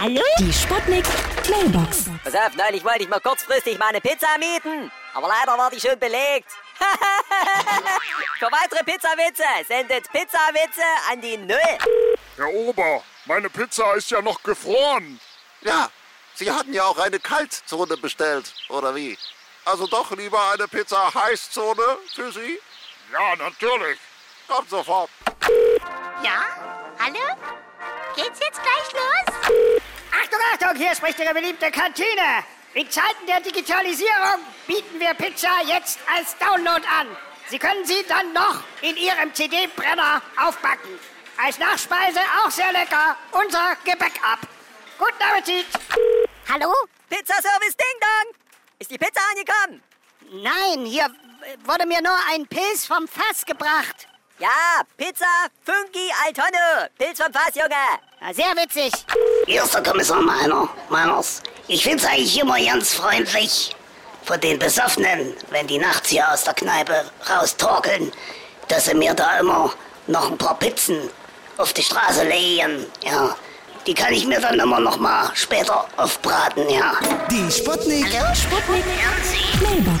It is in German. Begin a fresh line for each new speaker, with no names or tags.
Hallo?
Die Sputnik Mailbox.
Pass auf, neulich wollte ich mal kurzfristig meine Pizza mieten. Aber leider war die schon belegt. Für weitere Pizzawitze sendet Pizzawitze an die Null.
Herr Ober, meine Pizza ist ja noch gefroren.
Ja, Sie hatten ja auch eine Kaltzone bestellt, oder wie? Also doch lieber eine Pizza Heißzone für Sie?
Ja, natürlich.
Kommt sofort.
Ja? Hallo? Geht's jetzt gleich los?
Achtung, Achtung, hier spricht Ihre beliebte Kantine. In Zeiten der Digitalisierung bieten wir Pizza jetzt als Download an. Sie können sie dann noch in Ihrem CD-Brenner aufbacken. Als Nachspeise auch sehr lecker. Unser Gebäck ab. Guten Appetit.
Hallo?
Pizzaservice Ding Dong! Ist die Pizza angekommen?
Nein, hier wurde mir nur ein Pilz vom Fass gebracht.
Ja, Pizza Funky Altonne. Pilz vom Fass, Junge.
Sehr witzig.
Hier ist der Kommissar Meiner, Meiners. Ich find's eigentlich immer ganz freundlich von den Besoffenen, wenn die nachts hier aus der Kneipe raustorkeln, dass sie mir da immer noch ein paar Pizzen auf die Straße legen. Ja, die kann ich mir dann immer noch mal später aufbraten, ja.
Die Sputnik.
Sputnik Mailbox.